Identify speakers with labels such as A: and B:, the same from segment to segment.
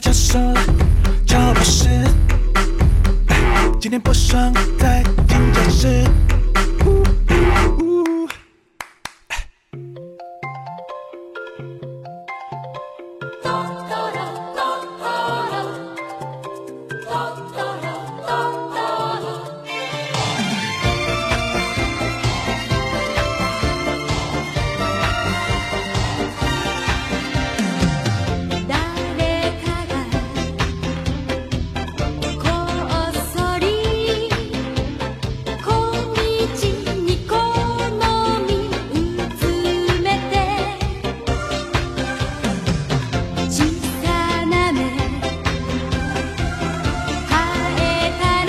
A: 叫声叫不是，哎今天不爽再听解释。呜呜
B: 誰かがこっそり小道に好みうつめて小さな目変えたら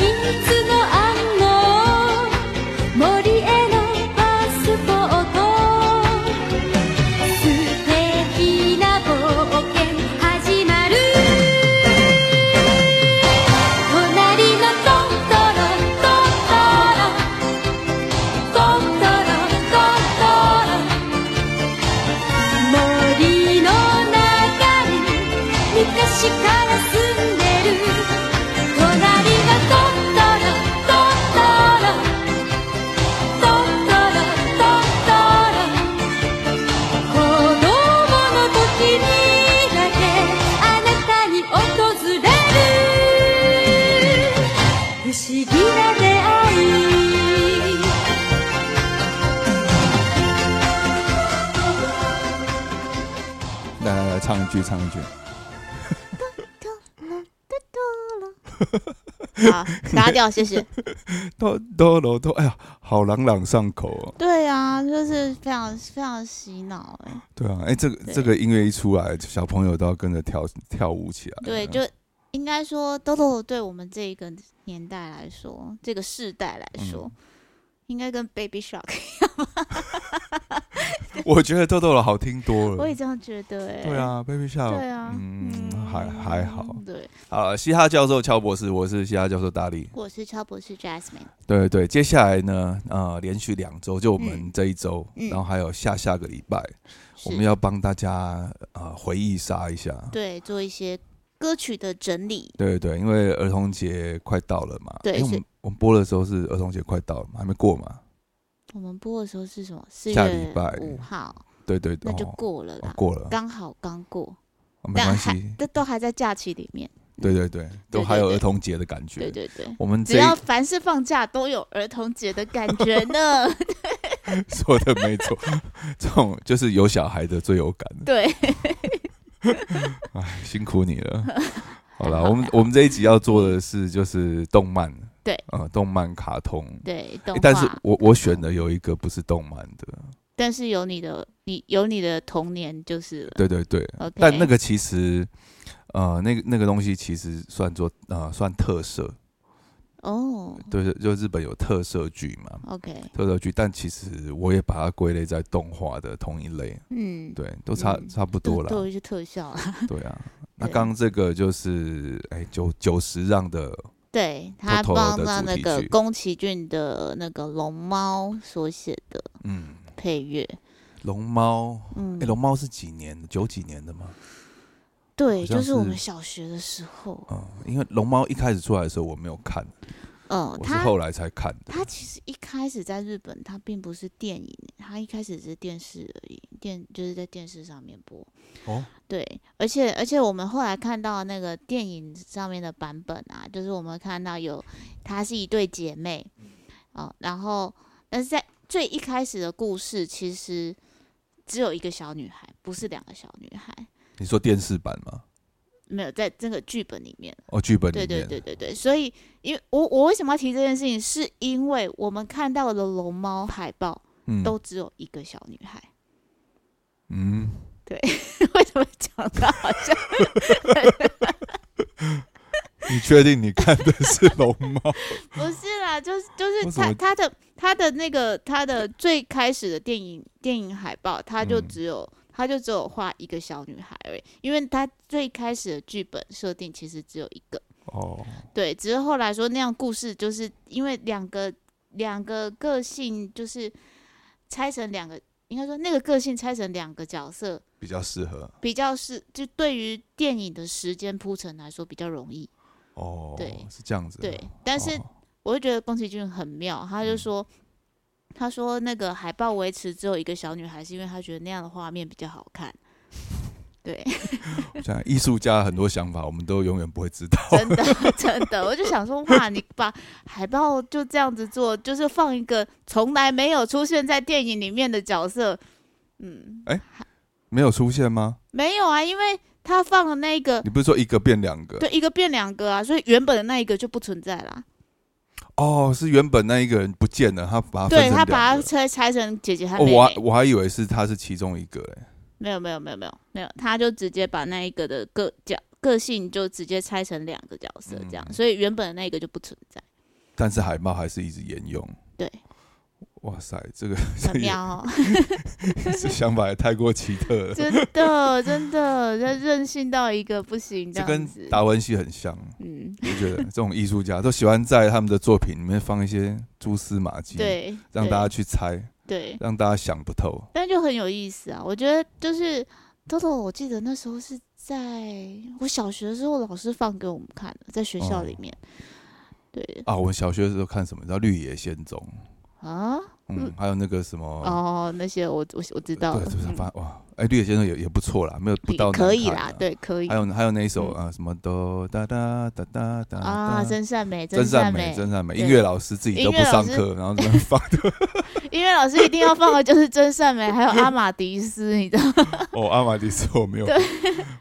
B: いつの案の森へのパスポート素敵な冒険始まる隣のトトロトトロトトロトトロ森の中に昔から住んでる隣のトトロトトロトトロトトロ子供の時にだけあなたに訪れる不思議な出会い
C: 来来来，唱一句，唱一句。
D: 好，打掉，谢谢。
C: 哆哆罗哆，哎呀，好朗朗上口哦。
D: 对啊，就是非常非常洗脑哎、
C: 对啊，哎，这个
D: 对
C: 这个音乐一出来，小朋友都要跟着跳跳舞起来啊了。
D: 对，就应该说豆豆对我们这个年代来说，这个世代来说，
C: 嗯
D: 应该跟 Baby Shark，
C: 我觉得豆豆的好听多
D: 我也
C: 了。
D: 这样觉得哎、
C: 对。啊，Baby Shark。
D: 对啊，
C: 嗯，还还好。
D: 对，
C: 好，嘻哈教授乔博士，我是嘻哈教授大力。
D: 我是超博士 Jasmine。
C: 对对，接下来呢，呃，连续两周，就我们
D: 嗯
C: 这一周，
D: 嗯
C: 然后还有下下个礼拜，
D: 是
C: 我们要帮大家呃回忆杀一下。
D: 对做一些歌曲的整理。
C: 对对，因为儿童节快到了嘛，
D: 对
C: 因为我
D: 是
C: 们我们播的时候是儿童节快到了嘛，还没过嘛，
D: 我们播的时候是什么？四
C: 下礼
D: 月
C: 拜
D: 五号，
C: 对对对，
D: 那就
C: 哦
D: 过了
C: 哦
D: 啦，
C: 过了，
D: 刚好刚过，
C: 哦没
D: 但
C: 关
D: 还
C: 系，
D: 这都还在假期里面。
C: 对对对，都
D: 对
C: 还
D: 对
C: 有
D: 对
C: 儿童节的感觉。
D: 对对对，
C: 我们
D: 只
C: 这一
D: 要凡是放假都有儿童节的感觉呢。
C: 说的没错， 这种就是有小孩的最有感，
D: 对，
C: 辛苦你 了。好
D: 还
C: 了，
D: 好
C: 我们
D: 还好
C: 我们这一集要做的是就是动漫，
D: 对
C: 呃，动漫卡通。
D: 对，
C: 诶
D: 动画。
C: 但是我我选的有一个不是动漫的，
D: 但是有你的，你有你的童年就是了。
C: 对对对，
D: OK，
C: 但那个其实，呃，那个那个东西其实算作呃算特色，
D: 哦
C: 对，就日本有特色剧嘛，
D: ，OK，
C: 特色剧，但其实我也把它归类在动画的同一类，
D: 嗯，
C: 对，都差、
D: 嗯
C: 差不多
D: 都
C: 啦。
D: 都有一些特效啊。
C: 对啊，那
D: 对
C: 刚刚这个就是哎九九十让的，
D: 对他
C: Totoro
D: 帮
C: 的
D: 让
C: 主
D: 那
C: 题
D: 个
C: 曲
D: 宫崎骏的那个龙猫所写的
C: 嗯，
D: 配乐。
C: 龙猫，
D: 嗯
C: 哎，，龙猫是几年的？九几年的吗？
D: 对，
C: 好
D: 就
C: 像
D: 是我们
C: 是
D: 小学的时候，
C: 嗯，因为龙猫一开始出来的时候我没有看，
D: 嗯，
C: 我是
D: 他
C: 后来才看的。
D: 他其实一开始在日本，他并不是电影，他一开始只是电视而已，电就是在电视上面播。
C: 哦，
D: 对，而且而且我们后来看到那个电影上面的版本啊，就是我们看到有她是一对姐妹，
C: 嗯
D: 哦，然后但是在最一开始的故事其实只有一个小女孩，不是两个小女孩，
C: 你说电视版吗？
D: 没有在这个剧本里面。
C: 哦，剧本里
D: 对
C: 面，
D: 对对对对，所以因为我我为什么要提这件事情，是因为我们看到的龙猫海报
C: 嗯
D: 都只有一个小女孩。
C: 嗯，
D: 为什么讲的好像
C: 你确定你看的是 龙猫？
D: 不是啦？就是就
C: 为
D: 是
C: 什么
D: 他他的他的那个他的最开始的电影电影海报，他就
C: 嗯
D: 只有、他就只有画一个小女孩而已，因为他最开始的剧本设定其实只有一个。
C: 哦，
D: 对，只是后来说那样故事，就是因为两个两个个性就是拆成两个，应该说那个个性拆成两个角色，
C: 比较适合
D: 比较是就对于电影的时间铺陈来说比较容易。
C: 哦，
D: 对
C: 是这样子，
D: 对，，但是
C: 哦嗯
D: 我就觉得宫崎骏很妙，他就说，他说那个海报维持只有一个小女孩，是因为他觉得那样的画面比较好看。 对，
C: 我想艺术家很多想法，我们都永远不会知道。
D: 真的 真的，我就想说，哇，你把海报就这样子做，就是放一个从来没有出现在电影里面的角色，嗯，
C: 没有出现吗？
D: 没有啊，因为他放了那个
C: 你，不是说一个变两个？
D: 对，一个变两个啊，所以原本的那一个就不存在啦。
C: 哦，是原本那一个人不见了，他把它啊分
D: 对
C: 成
D: 他把它
C: 两个。
D: 拆拆成姐姐和
C: 哦，
D: 妹妹，
C: 我还我还以为是他是其中一个欸嘞。
D: 没有没有没有没有没有，他就直接把那一个的个角个性就直接拆成两个角色这样，
C: 嗯
D: 所以原本的那个就不存在。
C: 但是海报还是一直沿用。
D: 对，
C: 哇塞， 这个
D: 很妙 哦、
C: 这想法也太过奇特了，
D: 真的真的，这任性到一个不行 这
C: 这
D: 样
C: 跟
D: 子。
C: 达文西很像。
D: 嗯，
C: 我觉得这种艺术家都喜欢在他们的作品里面放一些蛛丝马迹，，
D: 对，
C: 让
D: 对
C: 大家去猜，
D: 对，
C: 让大家想不透。
D: 但就很有意思啊。我觉得就是豆豆，我记得那时候是在我小学的时候，老师放给我们看的，在学校里
C: 哦
D: 面。对
C: 啊，我们小学的时候看什么叫《绿野仙踪》，
D: 啊，
C: 嗯
D: 嗯，
C: 还有那个什么，
D: 哦，那些我我我知
C: 对
D: 道了，
C: 就是
D: 嗯
C: 发哇，哎，《绿野仙踪》也也不错啦，没有不
D: 比
C: 到
D: 可
C: 难
D: 以
C: 看
D: 啦
C: 啊，。
D: 对，可以
C: 还。有还有那一首
D: 嗯
C: 啊，什么哆哒哒哒哒哒
D: 啊，
C: 哒
D: 真善美，
C: 真
D: 善
C: 善美，真善美，
D: 对
C: 音乐老师自己
D: 音
C: 都不
D: 乐老
C: 上
D: 师
C: 课，然后在那 放
D: 音乐老师一定要放的就是 真善美， 还有阿玛迪斯，你知道吗？
C: 哦，阿玛迪斯我没有，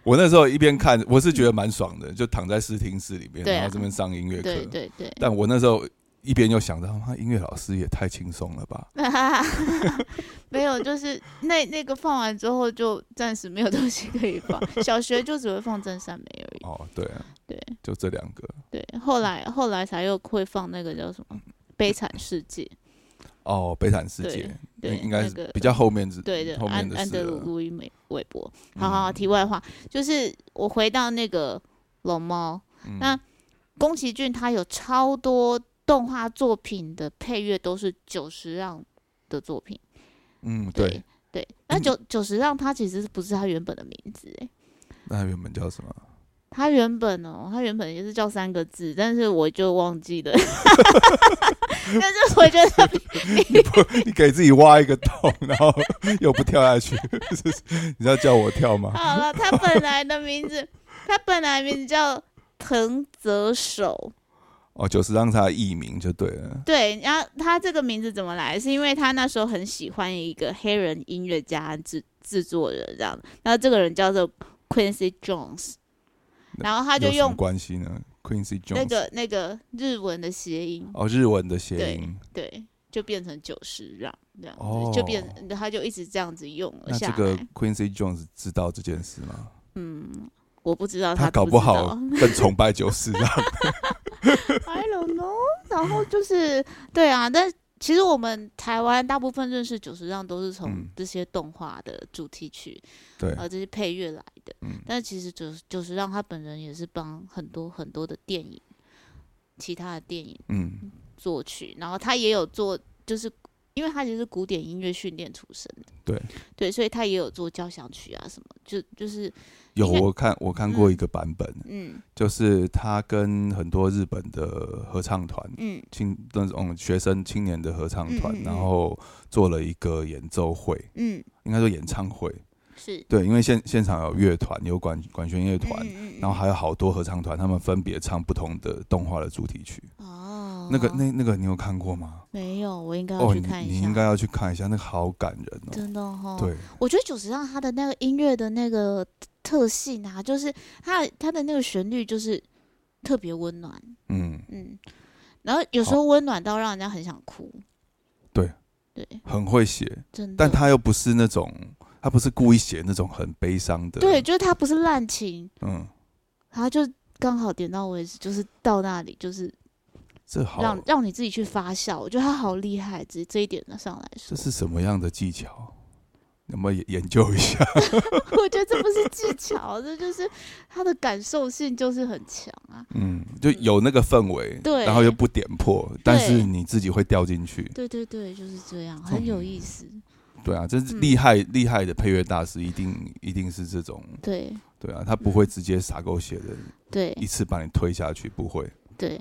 C: 我那时候一边看，我是觉得蛮爽的，就躺在视听室里面，
D: 对啊
C: 然后这边上音乐
D: 对
C: 课。
D: 对 对，
C: 但我那时候一边又想着，他音乐老师也太轻松了吧？
D: 没有，就是那那个放完之后就暂时没有东西可以 放，小学就只会放真善美而已。
C: 哦，对啊，
D: 对
C: 就这两个。
D: 对，后来后来才又会放那个叫什
C: 嗯
D: 么《悲惨世界》，
C: 哦，悲惨世界
D: 对，对，
C: 应应该
D: 那
C: 是
D: 个
C: 比较后面是，
D: 对的，
C: 后面
D: 安
C: 的
D: 安
C: 事
D: 德鲁·
C: 了。
D: 路易美韦伯。好好，
C: 嗯
D: 题外话，就是我回到那个龙猫，
C: 嗯
D: 那宫崎骏他有超多动画作品的配乐都是久石让的作品，
C: 嗯，对
D: 对，对。那久久石让他其实不是他原本的名字，诶，
C: 那原本叫什么？
D: 他原本哦，他原本也是叫三个字，但是我就忘记了。 但是我觉得
C: 你不，你给自己挖一个洞，然后又不跳下去， 是你要叫我跳吗？
D: 好了，他本来的名字，他本来名字叫藤泽守，
C: 哦，九十让他的艺名就对了。
D: 对，然后他这个名字怎么来？是因为他那时候很喜欢一个黑人音乐家制制作人这样，然后这个人叫做 Quincy Jones，然后他就
C: 有什么
D: 用
C: 关系呢？Quincy Jones
D: 那个那个日文的谐音，
C: 哦，日文的谐音。
D: 对，就变成九十让这样子，
C: 哦
D: 就变他就一直这样子用了
C: 那
D: 下
C: 这
D: 来。
C: 个 Quincy Jones 知道这件事吗？
D: 嗯，我不知道
C: 他
D: 他
C: 搞
D: 知
C: 不好
D: 道
C: 更崇拜九啊四让。
D: I don't know。然后就是对啊，但其实我们台湾大部分认识久石让都是从
C: 嗯
D: 这些动画的主题曲、
C: 对，
D: 呃这些配乐来的。
C: 嗯，
D: 但其实久久石让他本人也是帮很多很多的电影，其他的电影
C: 嗯，
D: 作曲，然后他也有做，就是因为他其实是古典音乐训练出身的，
C: 对
D: 对，所以他也有做交响曲啊什么，就就是
C: 有
D: 应该
C: 我看我看过一个版本，
D: 嗯
C: 就是他跟很多日本的合唱团。
D: 嗯
C: 青那种学生青年的合唱团，
D: 嗯嗯嗯
C: 然后做了一个演奏会，
D: 嗯
C: 应该说演唱会。
D: 是，
C: 对，因为现现场有乐团，有管管弦乐
D: 嗯
C: 团，
D: 嗯嗯
C: 然后还有好多合唱团，他们分别唱不同的动画的主题曲。
D: 哦
C: 那个那那个你有看过吗？
D: 没有，我应该要
C: 哦，
D: 去
C: 你
D: 看一
C: 你
D: 下，
C: 应该要去看一下，那个好感人哦。
D: 真的哈、哦，
C: 对，
D: 我觉得久石让他的那个音乐的那个特性啊，就是他的他的那个旋律就是特别温暖。
C: 嗯，
D: 嗯，然后有时候温暖到让人家很想哭。
C: 对，
D: 对，
C: 很会写，
D: 真的。
C: 但他又不是那种，他不是故意写那种很悲伤的。
D: 对，，就是他不是滥情，
C: 嗯，
D: 他就刚好点到为止，就是到那里，就是
C: 这好，
D: 让让你自己去发酵。我觉得他好厉害，这这一点上来
C: 这
D: 说，
C: 是什么样的技巧？那么研研究一下，
D: 我觉得这不是技巧，这就是他的感受性就是很强啊。
C: 嗯，就有那个氛围，
D: 对
C: 然后又不点破，但是
D: 对
C: 你自己会掉进去，
D: 对对对，就是这样，很有意思。
C: 对啊，这是
D: 嗯
C: 厉害厉、害的配乐大师，一定一定是这种，
D: 对
C: 对啊，他不
D: 嗯
C: 会直接撒狗血的，
D: 对
C: 一次把你推下去，不会，
D: 对，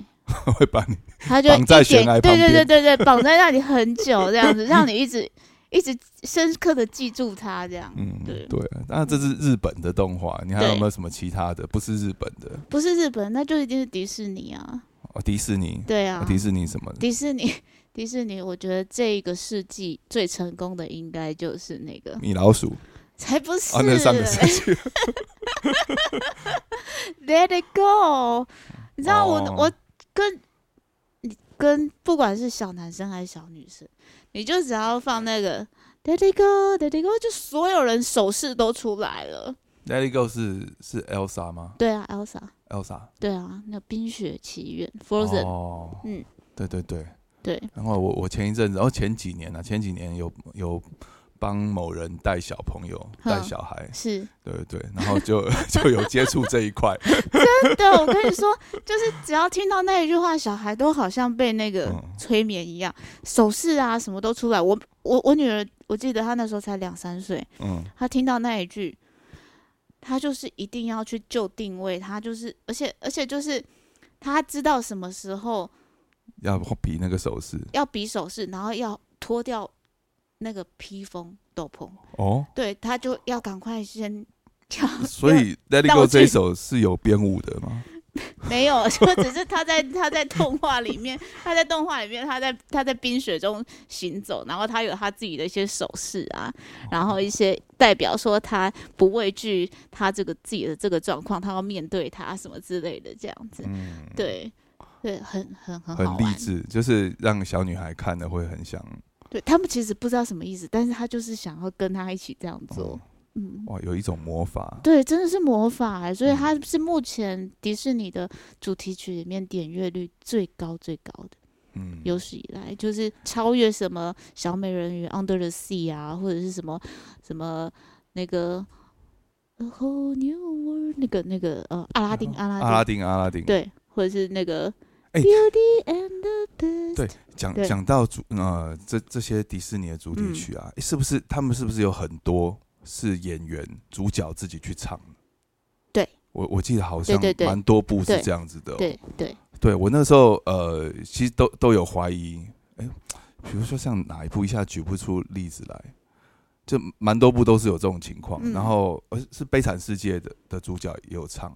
C: 会把你
D: 他就
C: 绑
D: 一点
C: 在悬
D: 对
C: 崖旁
D: 对对
C: 边
D: 对对，绑在那里 很久，这样子让你一直一直深刻的记住他这样。
C: 嗯，
D: 对
C: 对啊。那这是日本的动画，你还有
D: 对
C: 没有什么其他的？
D: 嗯
C: 不是日本的
D: 不是日本，那就一定是迪士尼啊。
C: 哦，迪士尼，
D: 对啊
C: 哦，迪士尼什么的？
D: 迪士尼，迪士尼，我觉得这一个世纪最成功的应该就是那个，
C: 米老鼠
D: 才不是、
C: 啊，那是上个世纪
D: Let it go。你知道我、
C: 哦
D: 我跟你跟不管是小男生还是小女生，你就只要放那个 Let it go Let it go，就所有人手势都出来了。
C: Let It Go 是是 Elsa 吗
D: 对啊，Elsa，
C: ？Elsa
D: 对啊，那《冰雪奇缘》Frozen，、
C: 哦，
D: 嗯，
C: 对对对。
D: 对，
C: 然后我我前一阵子，然后前几年啊，前几年有有帮某人带小朋友
D: 哼
C: 带小孩，
D: 是
C: 对对对，然后就 就有接触这一块，
D: 对，我跟你说， 就是只要听到那一句话，小孩都好像被那个
C: 嗯
D: 催眠一样，手势啊什么都出来。我我我女儿，我记得她那时候才两三岁，
C: 嗯，
D: 她听到那一句，她就是一定要去就定位，她就是，而且而且就是她知道什么时候
C: 要比那个手势
D: 要比手势，然后要脱掉那个披风斗篷，
C: 哦，
D: 对，她就要赶快先跳。
C: 所以 Let It
D: 道
C: Go
D: 歉
C: 这一首是有编舞的吗？
D: 没有， 就只是他在他在动画里面，他在动画里面，他在他在冰雪中行走，然后他有他自己的一些手势啊，
C: 哦
D: 然后一些代表说他不畏惧他这个自己的这个状况，他要面对他什么之类的这样子，
C: 嗯，
D: 对对，很很很好
C: 很励
D: 玩。
C: 志，就是让小女孩看了会很想
D: 对他们其实不知道什么意思，但是他就是想要跟他一起这样做
C: 哦，
D: 嗯。
C: 哇，有一种魔法。
D: 对，真的是魔法、欸，所
C: 嗯
D: 以它是目前迪士尼的主题曲里面点阅率最高最高的。
C: 嗯，
D: 有史以来，就是超越什么小美人鱼 Under the Sea 啊，或者是什么什么那个 A Whole New World 那个那个呃阿拉丁阿拉丁
C: 嗯阿拉丁，阿拉丁。
D: 对，或者是那个
C: 哎
D: Beauty and the Beast
C: 对讲
D: 对
C: 讲到主呃这这些迪士尼的主题曲啊，
D: 嗯
C: 诶是不是他们是不是有很多是演员主角自己去唱？
D: 对，
C: 我我记得好像
D: 对对对
C: 蛮多部是
D: 对
C: 这样子的哦、
D: 对对
C: 对我那时候呃其实都都有怀疑，哎、比如说像哪一部一下举不出例子来。就蛮多部都是有这种情况，
D: 嗯
C: 然后呃是《悲惨世界的》的主角也有唱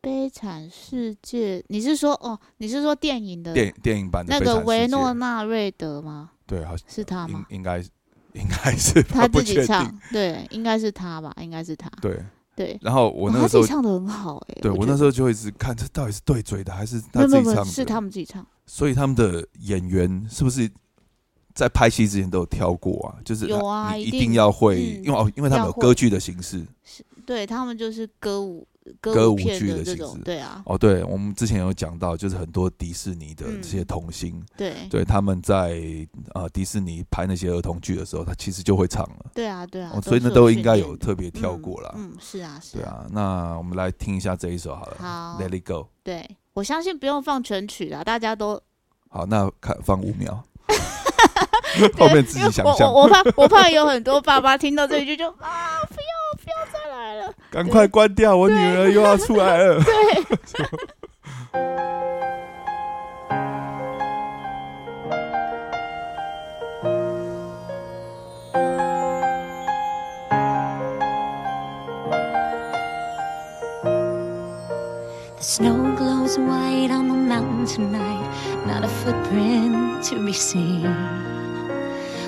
D: 悲惨世界，你是说哦，你是说电影的
C: 电电影版的
D: 呃那
C: 《悲惨
D: 个
C: 世界
D: 维诺纳瑞德吗？
C: 对，好像
D: 是他
C: 应
D: 吗？
C: 应该应该是吧
D: 他
C: 不
D: 自己
C: 确
D: 唱
C: 定，
D: 对，应该是他吧，应该是他，
C: 对，
D: 对。
C: 然后我
D: 哇
C: 那
D: 哦他
C: 个时
D: 自
C: 候
D: 己，唱的很好哎、
C: 对我
D: 觉
C: 那
D: 得
C: 时候就一直看，这到底是对嘴的还是
D: 没
C: 他
D: 有
C: 自
D: 没有
C: 己
D: 没有
C: 唱的？
D: 是他们自己唱。
C: 所以他们的演员是不是在拍戏之前都有挑过啊？就是
D: 有啊
C: 你
D: 一
C: 一
D: 定
C: 定要会，
D: 嗯
C: 因为哦，因为他们
D: 要
C: 有
D: 会
C: 歌剧的形式。
D: 对他们就是歌舞
C: 歌
D: 歌
C: 舞
D: 片
C: 剧的
D: 这
C: 形
D: 种
C: 式，
D: 对啊，
C: 哦，对，我们之前有讲到，就是很多迪士尼的
D: 嗯
C: 这些童星，
D: 对
C: 对，他们在呃迪士尼拍那些儿童剧的时候，他其实就会唱了，
D: 对啊对啊，
C: 哦、所以
D: 是
C: 那都应
D: 训
C: 该
D: 练
C: 有
D: 的
C: 特别挑
D: 嗯
C: 过啦。
D: 嗯，是啊是
C: 对，啊，那我们来听一下这一首好了，
D: 好
C: Let It Go》。
D: 对我相信不用放全曲啦，大家都
C: 好，那看放五 秒，后面自己想
D: 我
C: 象
D: 我，我怕我怕有很多爸爸听到这一句就啊不要不要再来了，
C: 赶快关掉，我女儿又要出 来了。
D: 对，
B: The snow glows white on the mountain tonight, not a footprint to be seen.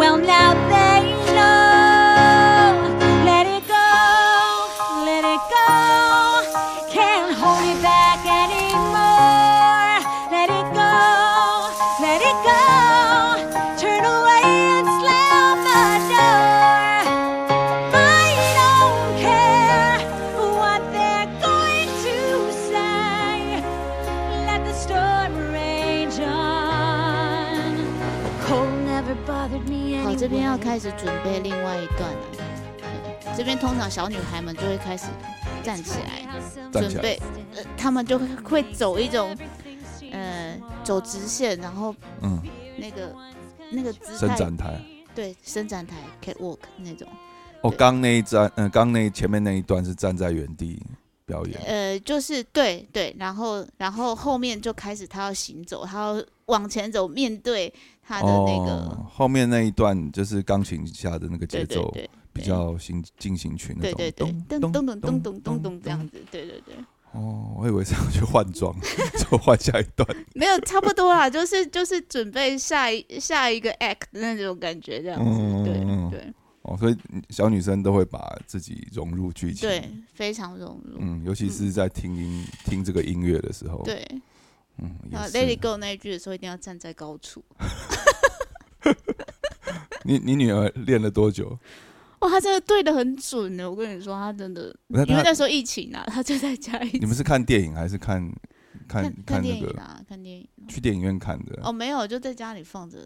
B: Well, now they know. Let it go, let it go. Can't hold it back anymore. Let it go.
D: 这边要开始准备另外一段了。对这边通常小女孩们就会开始站起来，
C: 站
D: 准
C: 起来
D: 备，呃，她们就会会走一种，呃，走直线，然后
C: 嗯，
D: 那个那个姿
C: 伸
D: 态，
C: 展台。
D: 对，伸展台 catwalk 那种，
C: 哦，
D: 对
C: 刚那一站，嗯、刚那前面那一段是站在原地表演，
D: 呃，就是对对，然后然后后面就开始她要行走，她要往前走，面对她的那个，
C: 哦、后面那一段就是钢琴下的那个节
D: 对对
C: 奏
D: 对。
C: 比较行进行曲那
D: 对
C: 种，
D: 对对，
C: 咚
D: 噔咚
C: 咚
D: 咚咚咚咚咚这样
C: 咚
D: 子，对对 对，
C: 哦，我以为是要去换 装，就换下一段。
D: 没有差不多啦，就是就是准备下一下一个 act 的那种感觉这样
C: 嗯
D: 子，
C: 嗯嗯
D: 对对
C: 哦，所以小女生都会把自己融入剧情。
D: 对，，非常融入，
C: 嗯，尤其是在听音、听这个音乐的时候。，
D: 对，
C: 嗯，也
D: 然后
C: 是
D: Lady Go 那一句的时候一定要站在高处，
C: 你你女儿练了 多久？
D: 哇，他真的对的很准的，我跟你说，他真的，
C: 那
D: 因为
C: 她
D: 那时候疫情啊，他就在家一
C: 你
D: 直
C: 们是看电影还是看看
D: 看看
C: 那
D: 电影
C: 个
D: 啊，看电影，
C: 去电影院看的？
D: 哦，没有，就在家里放着。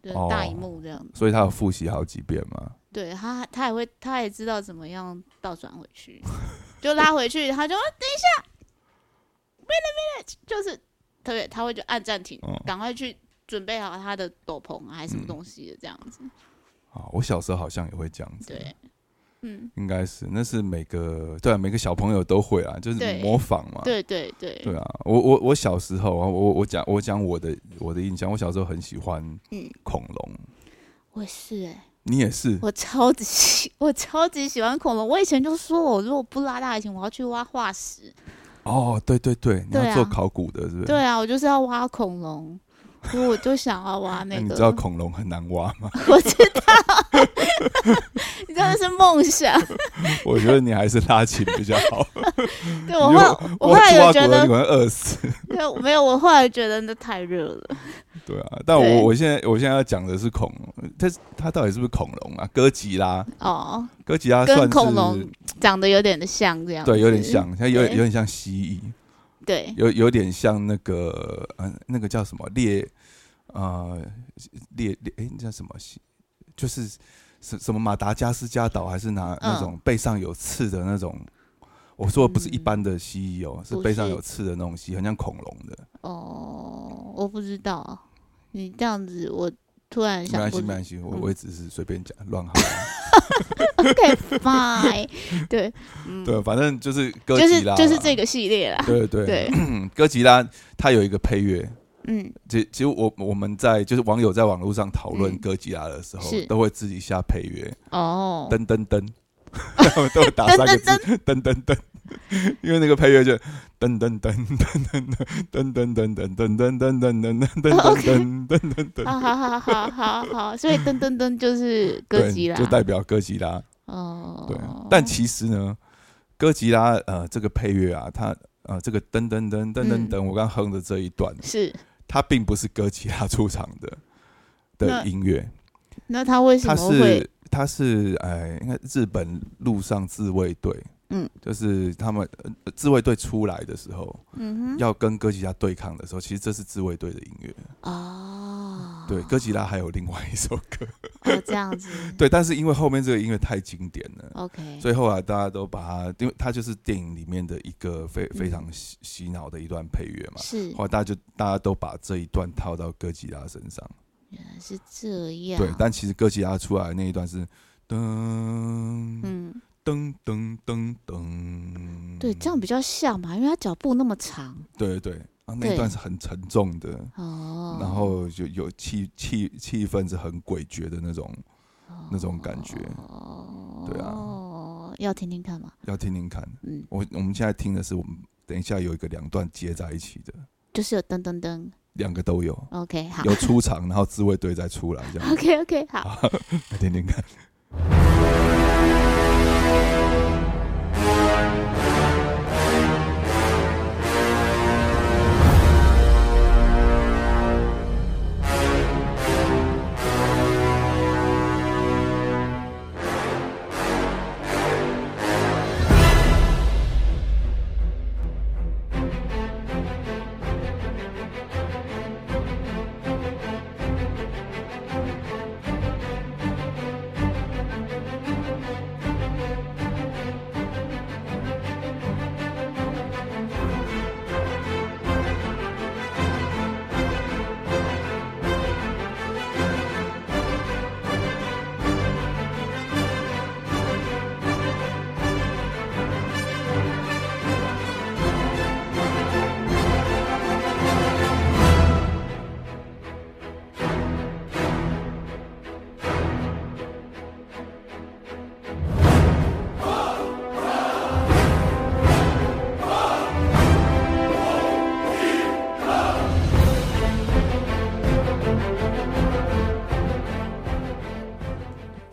D: 对
C: 哦
D: 大荧幕这样，
C: 所以她有复习好几遍嘛。
D: 对他，他也会，他也知道怎么样倒转回去， 就拉回去，他就、啊等一下，wait a minute，就是特别他会就按暂停
C: 哦，嗯
D: 赶、快去准备好他的斗篷啊，还是什么东西的这样子。
C: 啊，我小时候好像也会这样子。
D: 对，嗯，
C: 应该是，那是每个对、啊、每个小朋友都会啊，就是
D: 对
C: 模仿嘛。
D: 对对对，
C: 对啊，我我我小时候啊，我我讲我讲我的我的印象，我小时候很喜欢
D: 嗯
C: 恐龙，
D: 我是哎、
C: 你也是
D: 我超级喜，我超级喜欢恐龙。我以前就说我如果不拉大提琴，我要去挖化石。
C: 哦，对对对，你
D: 对
C: 要
D: 啊
C: 做考古的，是不是？
D: 对啊，我就是要挖恐龙，所以我就想要挖
C: 那
D: 那
C: 你
D: 个。
C: 知道恐龙很难挖吗？
D: 我知道， 你知道那是梦 想。
C: 我觉得你还是拉琴比较好。
D: 对我后
C: 你
D: 来
C: 如果
D: 我后
C: 挖
D: 来
C: 挖
D: 有
C: 骨
D: 觉
C: 头你
D: 得
C: 可，能饿死。
D: 对， 没有，我后来觉得那太热了。
C: 对啊，但
D: 对
C: 我我现在我现在要讲的是恐龙，它它到底是不是恐龙啊？哥吉拉，
D: 哦，
C: 哥吉拉
D: 跟
C: 算是
D: 恐龙长得有点的像这样。
C: 对，有点。像，它有点
D: 啊对
C: 有点像蜥蜴。
D: 对，
C: 有有点像那个呃，那个叫什么猎呃猎猎哎、那叫什么蜥就是什什么马达加斯加岛还是哪、
D: 嗯
C: 那种背上有刺的那种。我说的不是一
D: 嗯
C: 般的蜥蜴哦，是
D: 不
C: 背上
D: 是
C: 有刺的那种蜥蜴，很像恐龙的。
D: 哦，我不知道，你这样子，我突然
C: 没
D: 想
C: 关
D: 不
C: 系，
D: 起
C: 没关系，我
D: 嗯
C: 我也只是随便讲乱喊。
D: OK fine，对，嗯，
C: 对，反正就是哥
D: 就
C: 吉
D: 是
C: 拉啦，
D: 就是这个系列啦。
C: 对对
D: 对
C: 对，， 哥吉拉它有一个配乐，
D: 嗯，
C: 其其实我我们在就是网友在网络上讨论
D: 嗯
C: 哥吉拉的时候
D: 是，
C: 都会自己下配乐，
D: 哦，
C: 噔噔噔，他们都有打三个字，噔噔噔，因为那个配乐就噔噔噔噔噔噔噔噔噔噔噔噔噔噔 噔
D: 哦
C: 噔噔噔噔噔，
D: 好啊好好好好好，所以噔噔噔就是哥吉
C: 对，
D: 拉
C: 就，代表哥吉拉。
D: 哦，
C: 对，但其实呢，哥吉拉呃这个配乐啊，它呃这个噔噔噔噔
D: 嗯
C: 噔噔，我刚哼的这一段，
D: 是
C: 它并不是哥吉拉出场的的音乐，
D: 那他为什
C: 它
D: 么会
C: 是它是哎，应该日本陆上自卫队，
D: 嗯，
C: 就是他们呃自卫队出来的时候，
D: 嗯哼
C: 要跟哥吉拉对抗的时候，其实这是自卫队的音乐。
D: 哦，
C: 对，哥吉拉还有另外一首歌，
D: 哦这样子
C: 对，但是因为后面这个音乐太经典了。
D: ，OK，
C: 所以后来大家都把它，因为它就是电影里面的一个非非常洗洗脑的一段配乐嘛。
D: 嗯是
C: 后来大家就大家都把这一段套到哥吉拉身上，
D: 原来是这样，
C: 对。但其实哥吉拉出来的那一段是噔
D: 嗯，
C: 噔噔噔噔，
D: 对，这样比较像嘛，因为他脚步那么长
C: 对对啊，那一
D: 对
C: 段是很沉重的，
D: 哦，
C: 然后就有气气气氛是很诡谲的那种那种感觉，
D: 哦，
C: 对啊
D: 哦，要听听看嘛，
C: 要听听看。
D: 嗯，
C: 我我们现在听的是我们等一下有一个两段接在一起的，
D: 就是有噔噔噔
C: 两个都有，
D: ，OK，好
C: 有啊出场，然后自卫队再出来这样，
D: ，OK OK，好。
C: 来听听看。
E: 「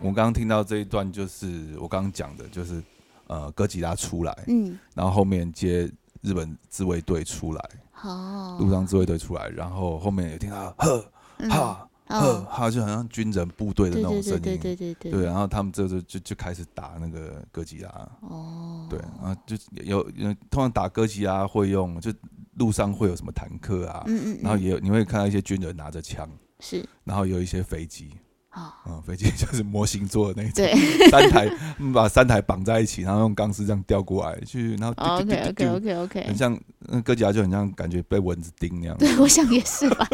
C: 刚刚听到这一段，就是我刚刚讲的，就是呃，哥吉拉出来，
D: 嗯，
C: 然后后面接日本自卫队出来，
D: 好，
C: 陆上自卫队出来，然后后面也听到呵
D: 嗯
C: 哈呵
D: 哦，
C: 哈，就好像军人部队的
D: 对
C: 那种
D: 对
C: 声
D: 对
C: 音，
D: 对对对对
C: 对，然啊后他们这就就就开始打那个哥吉拉，
D: 哦，
C: 对，啊然后就有有通常打哥吉拉会用，就路上会有什么坦克啊，
D: 嗯嗯，
C: 然后
D: 嗯
C: 也有你会看到一些军人拿着枪，
D: 是
C: 然后有一些飞机，
D: 啊，
C: 嗯，飞机就是模型做的那 种，
D: 对
C: 三台嗯把三台绑在一起，然后用钢丝这样吊过来去，然后
D: 哦
C: 丢丢
D: ，OK
C: 丢
D: OK
C: 丢丢
D: OK
C: 很
D: OK，
C: 像那哥吉拉就很像感觉被蚊子叮那样，
D: 对，我想也是吧，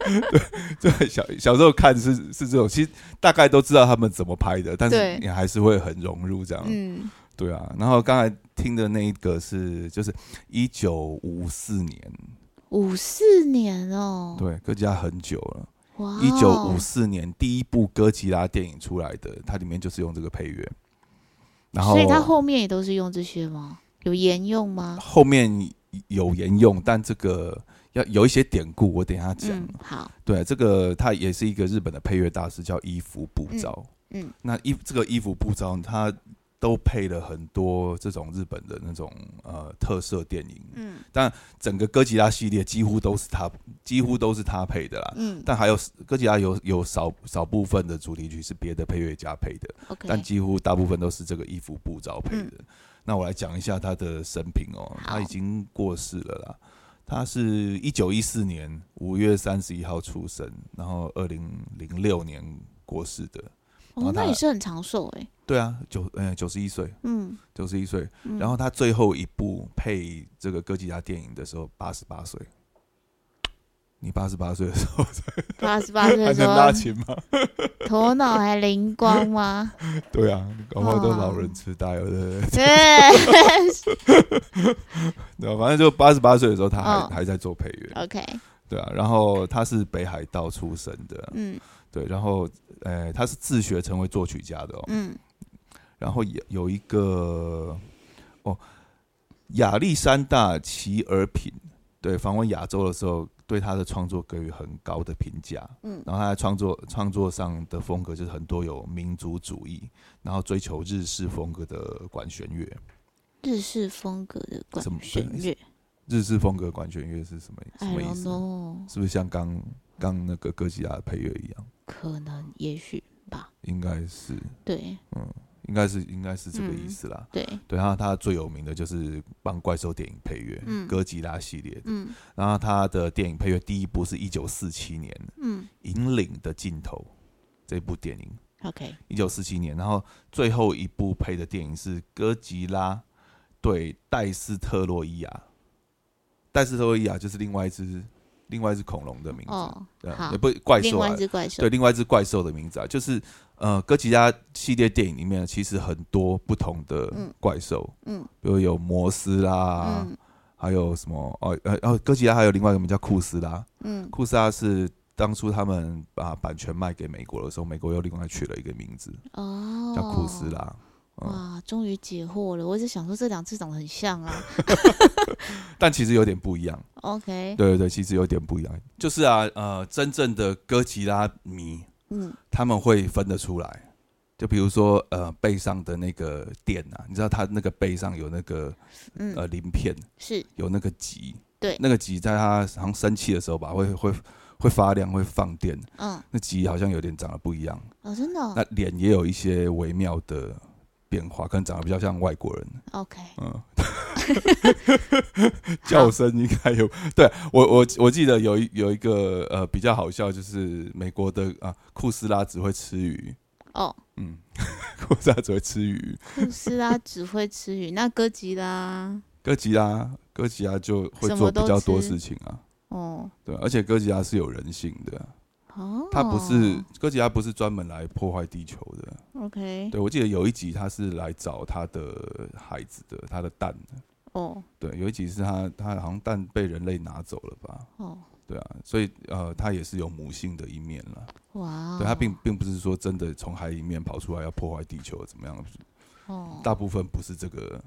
C: 就很小小时候看是是这种，其实大概都知道他们怎么拍的，但
D: 对
C: 是也还是会很融入这样，
D: 嗯，
C: 对啊。然后刚才听的那一个是就是一九五四年，
D: 五四年哦，
C: 对，哥吉拉很久了。
D: 哇哦，
C: 一九五四年第一部哥吉拉电影出来的，它里面就是用这个配乐，然后
D: 所以它后面也都是用这些吗？有沿用吗？
C: 后面有沿用，但这个要有一些典故，我等一下讲。
D: 嗯，好，
C: 对，这个他也是一个日本的配乐大师，叫伊福部昭。
D: 嗯嗯
C: 那伊这个伊福部昭，他都配了很多这种日本的那种呃特色电影，
D: 嗯
C: 整个哥吉拉系列几乎都是他，几乎都是他配的啦。
D: 嗯
C: 但还有哥吉拉有有少少部分的主题曲是别的配乐家配的，
D: ，OK，
C: 但几乎大部分都是这个伊服部招配的。那我来讲一下他的生平哦，
D: 嗯好
C: 他已经过世了啦。他是一九一四年五月三十一号出生，然后二零零六年过世的。然
D: 哦
C: 后，
D: 那
C: 它
D: 也是很长寿哎，
C: 对啊，九呃九十一岁，
D: 嗯，
C: 九十一岁。
D: 嗯
C: 然后他最后一部配这个哥吉拉电影的时候，八十八岁。你八十八岁的时候
D: 八十 八岁
C: 还
D: 的时
C: 能拉
D: 候，啊
C: 琴吗？
D: 头脑还灵光 吗？
C: 对啊，搞不好都老
D: 哦
C: 人痴呆了，对不对？
D: 对
C: 对啊，反正就八十八岁的时候，他还、
D: 嗯
C: 还在做配乐。
D: ，OK，
C: 对啊，然后他是北海道出生的，
D: 嗯
C: 对，然后呃，他是自学成为作曲家的哦，
D: 嗯，
C: 然后有有一个哦，亚历山大齐尔品，对，访问亚洲的时候，对他的创作给予很高的评价，
D: 嗯
C: 然后他在创作创作上的风格就是很多有民族主义，然后追求日式风格的管弦乐，
D: 日式风格的管
C: 什么对
D: 弦乐
C: 日式风格管弦乐是什么什
D: ，I
C: 么意
D: don't
C: 思？
D: know，
C: 是不是像刚刚那个哥吉拉的配乐一样？
D: 可能也许吧，
C: 应该是，
D: 对
C: 应该是，应该是这个
D: 嗯
C: 意思啦。
D: 对，
C: 对，然后他最有名的就是帮怪兽电影配乐，
D: 嗯
C: 哥吉拉系列的。
D: 嗯
C: 然后他的电影配乐第一部是一九四七年《
D: 嗯
C: 引领的尽头》这部电影，
D: ，OK，
C: 一九四七年。然后最后一部配的电影是哥吉拉对戴斯特洛伊亚，戴斯特洛伊亚就是另外一只另外一只恐龙的名字，
D: 哦
C: 对，
D: 好
C: 也，不怪
D: 哦另
C: 兽
D: 外
C: 啊
D: 一，只怪兽
C: 对，，另外一只怪兽的名字啊，就是呃，哥吉拉系列电影里面其实很多不同的
D: 嗯
C: 怪兽，
D: 嗯
C: 比如有摩斯啦，
D: 嗯
C: 还有什么哦呃哦，哥吉拉还有另外一个名叫库斯拉，
D: 嗯
C: 库斯拉是当初他们把版权卖给美国的时候，美国又另外取了一个名字
D: 哦，
C: 叫库斯拉，嗯，
D: 哇，终于解惑了！我一直想说这两次长得很像啊。
C: 但其实有点不一样，
D: OK，
C: 对对对，其实有点不一样，就是啊呃，真正的哥吉拉迷
D: 嗯，
C: 他们会分得出来。就比如说，呃，背上的那个垫啊，你知道它那个背上有那个
D: 嗯，
C: 呃鳞片，
D: 是
C: 有那个极，
D: 对
C: 那个极在它好像生气的时候吧，会会会发亮，会放电。
D: 嗯，
C: 那极好像有点长得不一样，
D: 哦，真的、
C: 那
D: 哦、
C: 脸也有一些微妙的变化，可能长得比较像外国人。
D: ，OK，
C: 嗯， 叫声应该有。 对我我我记得有一有一个呃比较好笑，就是美国的啊、库斯拉只会吃鱼，
D: 哦，
C: 嗯， 库斯拉只会吃鱼，
D: 库斯拉啊只会吃鱼，那哥吉拉，
C: 哥吉拉哥吉拉就会
D: 什
C: 做
D: 么
C: 比
D: 都
C: 较多
D: 吃
C: 事情啊，
D: 哦，
C: 对，而且哥吉拉是有人性的啊，
D: 哦，
C: 它不是哥吉拉不是专门来破坏地球的。
D: OK，哦
C: 对我记得有一集它是来找它的孩子的，它的蛋的。
D: 哦
C: 对，有一集是它它好像蛋被人类拿走了吧？
D: 哦，
C: 对啊，所以呃，它也是有母性的一面了。
D: 哇，
C: 对，它并并不是说真的从海里面跑出来要破坏地球怎么样，
D: 哦，
C: 大部分不是这个，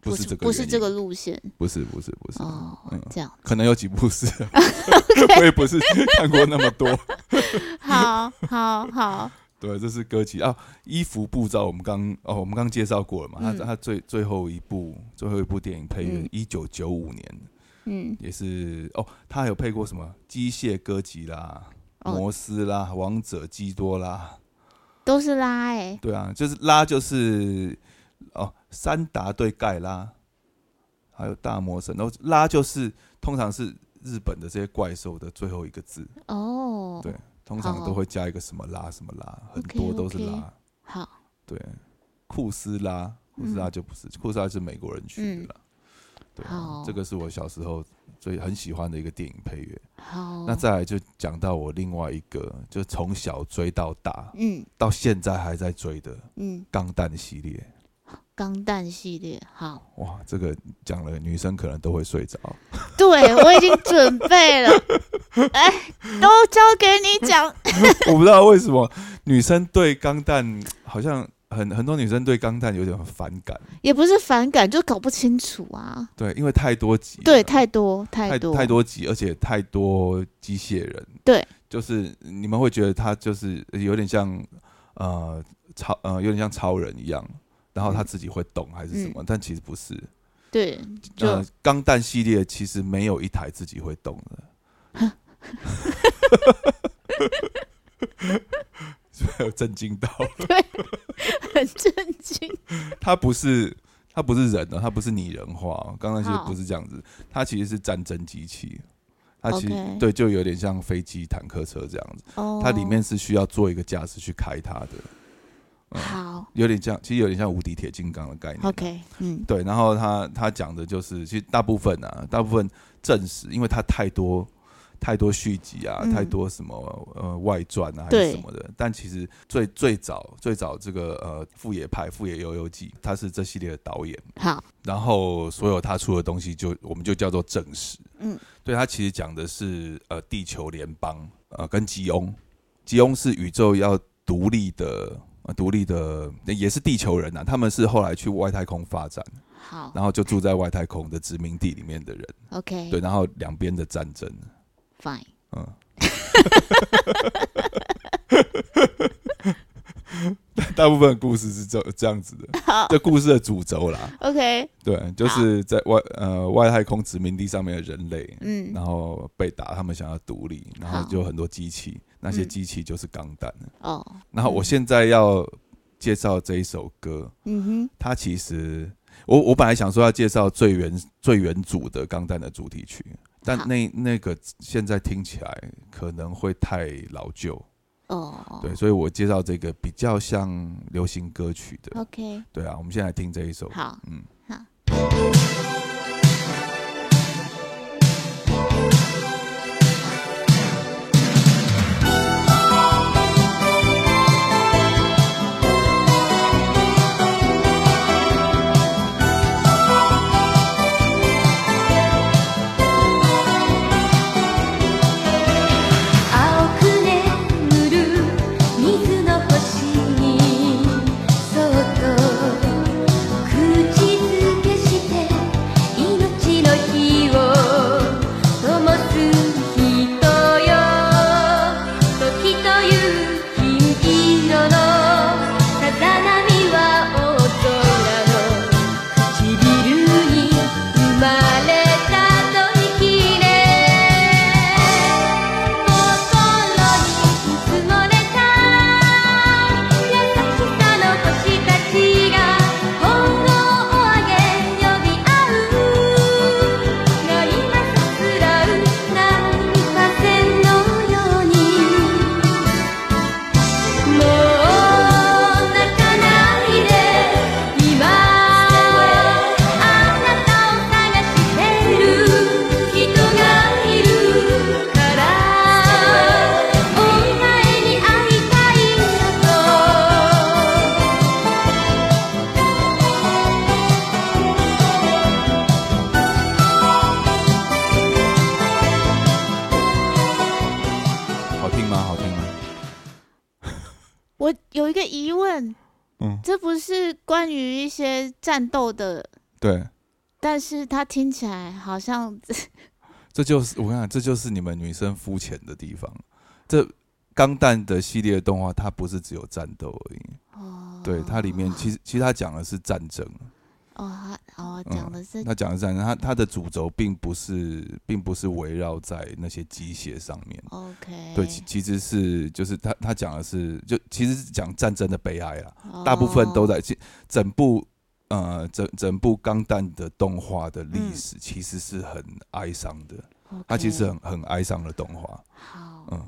C: 不是这个，
D: 不是这个，路线
C: 不是不是不是，
D: 哦，
C: 嗯
D: 这 样
C: 可能有几部是，我也不是看过那么多。
D: 好好好，
C: 对，这是歌集啊。衣服步照我们刚哦，我们刚介绍过了嘛。他他最最后一部最后一部电影配乐
D: 嗯，
C: 一九九五年
D: 嗯，
C: 也是哦，他有配过什么机械歌集啦、
D: 哦
C: 摩斯啦、王者基多啦，
D: 都是拉哎、
C: 对啊，就是拉就是哦，三达对盖拉，还有大魔神，然后拉就是通常是日本的这些怪兽的最后一个字，
D: 哦，
C: 对通常
D: 哦
C: 都会加一个什么拉什么拉，很
D: OK，
C: 多都是
D: OK
C: 拉。
D: 好，
C: 对，库斯拉，库斯拉
D: 嗯
C: 就不是，库斯拉是美国人去的啦。对啊
D: 好，
C: 这个是我小时候最很喜欢的一个电影配乐。
D: 好，
C: 那再来就讲到我另外一个，就从小追到大，
D: 嗯
C: 到现在还在追的《
D: 嗯，
C: 钢弹》系列。
D: 钢弹系列，好，
C: 哇，这个讲了女生可能都会睡着。
D: 对我已经准备了， 哎，都交给你讲，
C: 我不知道为什么女生对钢弹好像很很多女生对钢弹有点反感，
D: 也不是反感，就搞不清楚啊，
C: 对，因为太多集了，
D: 对，太多
C: 太
D: 多
C: 太多集，而且太多机械人。
D: 对，
C: 就是你们会觉得他就是有点像呃超呃有点像超人一样，然
D: 嗯
C: 后他自己会动还是什么，但其实不是。
D: 对，就、
C: 呃，钢弹系列其实没有一台自己会动的。 是不是有震惊到？
D: 很震惊，
C: 它不是它不是人哦，它不是拟人化哦，钢弹系列
D: 好
C: 不是这样子，它其实是战争机器。它其实
D: OK
C: 对，就有点像飞机、坦克车这样子。
D: 哦，
C: 它里面是呃需要做一个驾驶去开它的，嗯
D: 好
C: 有点像，其实有点像无敌铁金刚的概念啊。
D: ，OK，嗯
C: 对，然后他他讲的就是，其实大部分啊，大部分证实，因为它太多太多续集啊，
D: 嗯
C: 太多什么呃外传啊还是
D: 对
C: 什么的，但其实最最早最早这个呃富野派富野悠悠记，他是这系列的导演，
D: 好，
C: 然后所有他出的东西就我们就叫做正史。
D: 嗯，
C: 对他其实讲的是呃地球联邦呃跟吉翁，吉翁是宇宙要独立的。呃独立的也是地球人呐、啊他们是后来去外太空发展，
D: 好
C: 然后就住在外太空的殖民地里面的人，
D: ，OK，
C: 对，然后两边的战争，
D: ，Fine，
C: 嗯，大部分的故事是这这样子的，
D: 好
C: 这故事的主轴啦，
D: ，OK，
C: 对，就是在外呃外太空殖民地上面的人类，
D: 嗯
C: 然后被打，他们想要独立，然后
D: 好
C: 就有很多机器，那些
D: 嗯
C: 机器就是钢弹。
D: 哦，
C: 然后我
D: 嗯
C: 现在要介绍这一首歌，
D: 嗯
C: 它其实我我本来想说要介绍最原最原主的钢弹的主题曲，但
D: 好
C: 那那个现在听起来可能会太老旧，
D: 哼，哦，
C: 对，所以我介绍这个比较像流行歌曲的，
D: ，OK，
C: 对啊，我们现在来听这一首，
D: 好，
C: 嗯，
D: 好。
B: 青く眠る水の星にそっと口づけして命の火を灯す人よ時という金色のさざ波は大空の「唇に生まれたと言いきれ」「心に包まれた優しさの星たちが炎を上げ呼び合う」「が今さすらう何風のように」「もう泣かないで今すぐにあなたを探してる人がいるから」「お前に会いたいんだと」
C: 好听吗？好听吗？
D: 我有一个疑问，
C: 嗯
D: 这不是关于一些战斗的，
C: 对，
D: 但是它听起来好像
C: 这就是我跟你讲，这就是你们女生肤浅的地方，这钢弹的系列动画，它不是只有战斗而已，
D: 哦，
C: 对，它里面其实其实它讲的是战争，
D: 哦，他哦
C: 嗯
D: 讲的是
C: 它讲的是战争，它它的主轴并不是并不是围绕在那些机械上面，
D: OK，
C: 对，其其实是就是它它讲的是就其实是讲战争的悲哀啦，大部分都
D: 哦
C: 在其整部。呃，整整部钢弹的动画的历
D: 嗯
C: 史其实是很哀伤的，它其实
D: 哦 OK，哦
C: 很很哀伤的动画，
D: 好，
C: 嗯，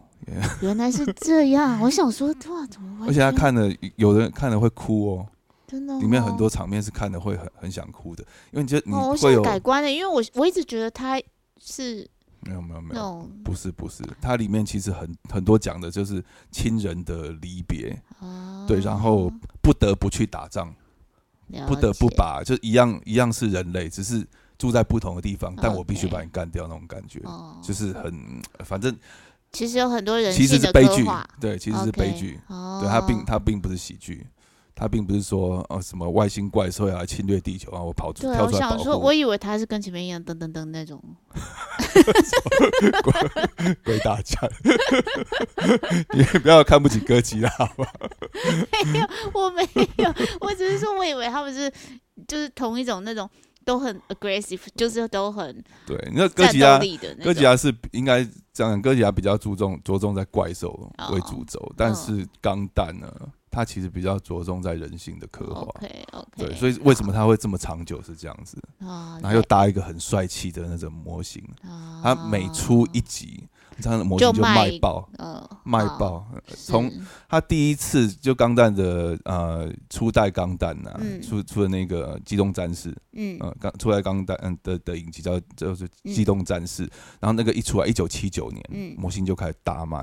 D: 原来是这样。我想 说，哇，怎么完
C: 而且他
D: 全
C: 看了，有的人看了会哭哦，
D: 真的
C: 里面
D: 哦
C: 很多场面是看了会很很想哭的，因为你觉得你
D: 哦，我
C: 会
D: 想
C: 有
D: 改观了，因为我我一直觉得他是
C: 没有没有没
D: 那
C: 有，
D: 种
C: 不是不是，它里面其实很很多讲的就是亲人的离别，
D: 啊，
C: 对，然后不得不去打仗，
D: 了
C: 不得不
D: 解
C: 把就一样一样是人类，只是住在不同的地方，但我必须
D: OK
C: 把你干掉那种感觉，
D: 哦，
C: 就是很反正
D: 其实有很多人
C: 其
D: 性
C: 实是
D: 的
C: 悲
D: 刻
C: 剧
D: 画，
C: 对，其实是悲
D: OK，
C: 剧。
D: 哦，
C: 对，它并它并不是喜剧，它并不是说呃什么外星怪兽要来侵略地球啊，我跑出
D: 对啊，
C: 跳
D: 我
C: 出来保
D: 想
C: 护。
D: 说，我以为他是跟前面一样噔噔噔那 种，
C: 归大家， 你不要看不起哥吉拉吧？
D: 我没有，我只是说我以为他们是就是同一种那种都很 aggressive，就是都很
C: 对，那哥
D: 战
C: 吉
D: 斗
C: 拉，
D: 力的那
C: 哥吉
D: 种。
C: 拉是应该这样讲，哥吉拉比较注重着重在怪兽
D: 哦
C: 为主轴，但是钢弹呢，
D: 嗯
C: 它其实比较着重在人性的刻画。
D: OK OK，
C: 对，所以为什么它会这么长久是这样子？
D: 啊？
C: 然后又搭一个很帅气的那种模型，
D: 啊
C: 它每出一集，这样的模
D: 就
C: 型就
D: 卖
C: 卖爆，
D: 呃
C: 卖
D: 好
C: 爆，从
D: 是
C: 他第一次就钢弹的呃初代钢弹呐
D: 嗯，
C: 出出的那个呃机动战士，
D: 嗯
C: 呃，刚初代钢弹嗯的的影集叫就是
D: 嗯
C: 机动战士，然后那个一出来一九七九年
D: 嗯，
C: 模型就开始大卖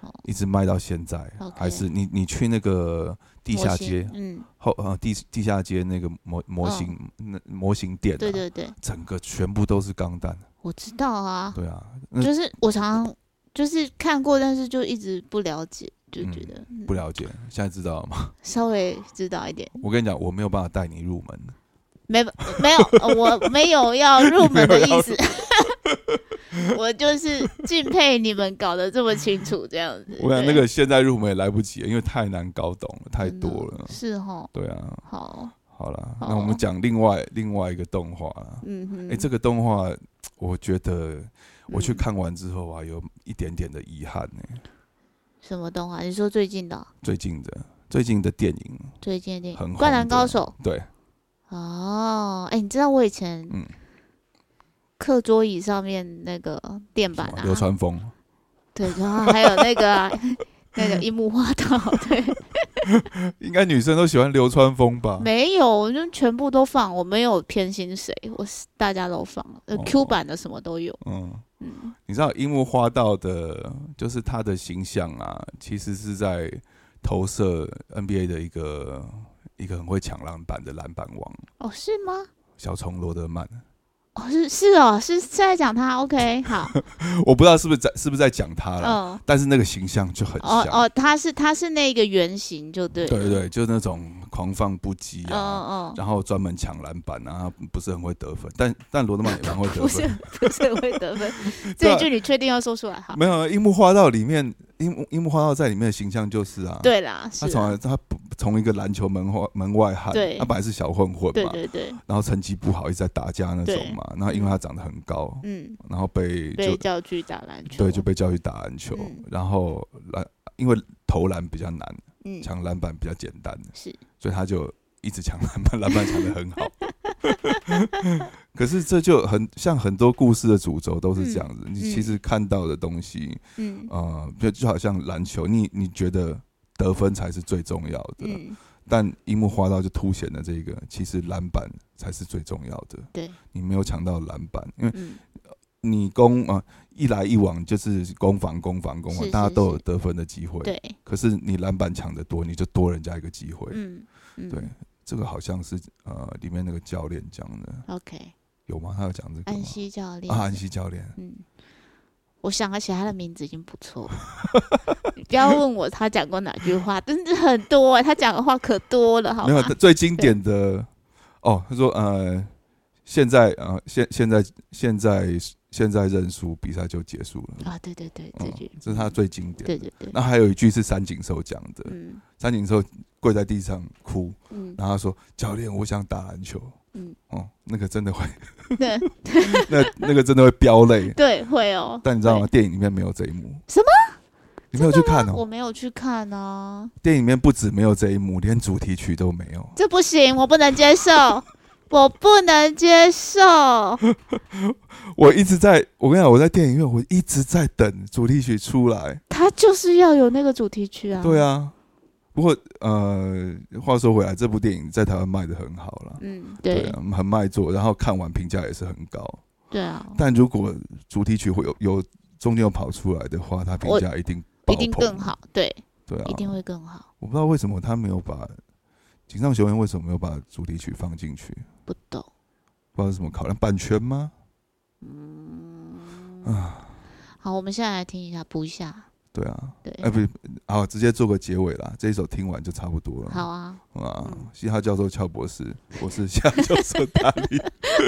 D: 哦，
C: 一直卖到现在，
D: OK
C: 还是你你去那个地
D: 模
C: 下
D: 型
C: 街
D: 嗯，
C: 后呃地地下街那个模模型那模型店，啊
D: 对，对对，
C: 整个全部都是钢弹，
D: 我知道啊，
C: 对啊，那
D: 就是我常常就是看过，但是就一直不了解，就
C: 嗯
D: 觉得、嗯
C: 不了解，现在知道了吗？
D: 稍微知道一点，
C: 我跟你讲，我没有办法带你入门。
D: 没没有，呃 我没有要入门的意思， 我就是敬佩你们搞得这么清楚，这样子。
C: 我想那
D: 对
C: 个现在入门也来不及了，因为太难搞懂了，太
D: 真的
C: 多了。
D: 是哦，
C: 对啊，
D: 好，
C: 好了，
D: 好啊
C: 那我们讲另外另外一个动画啦。
D: 嗯哼，
C: 哎、这个动画我觉得我去
D: 嗯
C: 看完之后啊，有一点点的遗憾呢、
D: 什么动画？你说最近的哦、
C: 最近的最近的电影，
D: 最近的电影
C: 很
D: 《灌
C: 红
D: 篮
C: 的
D: 高手
C: 对，》
D: 哦，哎、你知道我以前
C: 嗯，
D: 课桌椅上面那个垫板
C: 什么
D: 啊，
C: 流川枫，
D: 对，然后还有那个啊、 那个樱木花道，对，
C: 哦应该女生都喜欢流川枫吧？
D: 没有，我就全部都放，我没有偏心谁，我是大家都放了、呃
C: 哦
D: q 版的什么都有，
C: 嗯，
D: 嗯，
C: 你知道樱木花道的，就是他的形象啊，其实是在投射 NBA 的一个一个很会抢篮板的篮板王。
D: 哦，是吗？
C: 小虫罗德曼，
D: 哦，是是哦，是是在讲他，OK，好，
C: 我不知道是不是在是不是在讲他了，
D: 嗯，
C: 但是那个形象就很
D: 哦
C: 像。
D: 哦，他是他是那个原型就对，
C: 对对，对，就那种狂放不羁
D: 嗯
C: 啊，
D: 嗯嗯，
C: 然后专门抢篮板啊，不是很会得分，但但罗德曼也蛮会得
D: 不是
C: 分。
D: 不是很会得 分，
C: 对
D: 这
C: 啊嗯
D: 一句你确定要说出来哈？
C: 没有樱木花道里面，樱木樱木花道在里面的形象就是啊，，
D: 对啦，是
C: 他从
D: 啊
C: 来他不从一个篮球门外门外汉，
D: 对
C: 他本来是小混混
D: 对
C: 嘛，
D: 对对，
C: 然后成绩不好，一直在打架那种
D: 对
C: 嘛，然后因为他长得很高，
D: 嗯，
C: 然后被就
D: 被叫去打篮球，
C: 对就被叫去打篮球，
D: 嗯
C: 然后篮因为投篮比较难。
D: 嗯
C: 抢篮板比较简单，
D: 是
C: 所以他就一直抢篮板，篮 板抢得很好。 可是这就很像很多故事的主轴都是这样子，你其实看到的东西，
D: 嗯
C: 呃，就就好像篮球，你你觉得得分才是最重要的，
D: 嗯，
C: 但樱木花道就凸显了这个，其实篮板才是最重要的。
D: 对，
C: 你没有抢到篮板，因为
D: 嗯
C: 你攻啊、呃一来一往就是攻防攻防攻防，
D: 是
C: 大家
D: 是
C: 都有
D: 是
C: 得分的机会。
D: 对，
C: 可是你篮板抢得多，你就多人家一个机会。
D: 嗯嗯
C: 对，这个好像是呃里面那个教练讲的，
D: ，OK，
C: 有吗？他有讲这个吗
D: 安西教练
C: 啊，安西教练，
D: 嗯，我想得起他的名字已经不错了。你不要问我他讲过哪句话，真的很多、欸，他讲的话可多了，好
C: 没有
D: 吗？
C: 他最经典的哦，他说呃现在呃现现在现在现在认输，比赛就结束了。
D: 啊，对对对，这
C: 嗯
D: 句，，
C: 这是他最经典。
D: 对对对，
C: 那还有一句是三井寿讲的，
D: 嗯
C: 三井寿跪在地上哭，
D: 嗯，
C: 然后他说：“教练，我想打篮球。”
D: 嗯
C: 哦，那个真的会，
D: 对
C: 那那个真的会飙泪。
D: 对，会哦。
C: 但你知道吗？
D: 会？
C: 电影里面没有这一幕。
D: 什么？
C: 你没有去看
D: 啊我
C: 哦？
D: 没有去看啊，
C: 电影里面不止没有这一幕，连主题曲都没有。
D: 这不行，我不能接受， 我不能接受。
C: 我一直在，我跟你讲，我在电影院，我一直在等主题曲出来。
D: 他就是要有那个主题曲啊。
C: 对
D: 啊，
C: 啊，不过呃，话说回来，这部电影在台湾卖的很好啦，
D: 嗯，对
C: 啊，很卖座，然后看完评价也是很高。
D: 对啊，
C: 但如果主题曲会有有中间有跑出来的话，它评价一定爆
D: 一定
C: 棚
D: 更。好，对，
C: 对啊，
D: 一定会更好。
C: 我不知道为什么他没有把井上雄彦为什么没有把主题曲放进去，
D: 不懂，
C: 不知道是什么考量版权吗？
D: 好，我们现在来听一下，补一下，
C: 对啊，
D: 对，
C: 哎、不，好，直接做个结尾啦。这一首听完就差不多了。
D: 好啊，
C: 啊，嘻哈教授俏博士，我是嘻哈教授 大力。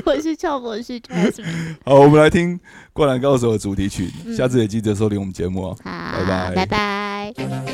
D: 我是俏博士 Jasmine，
C: 好，我们来听《灌篮高手》的主题曲，
D: 嗯
C: 下次也记得收听我们节目哦。
D: 好，
C: 拜拜
D: 啊拜拜。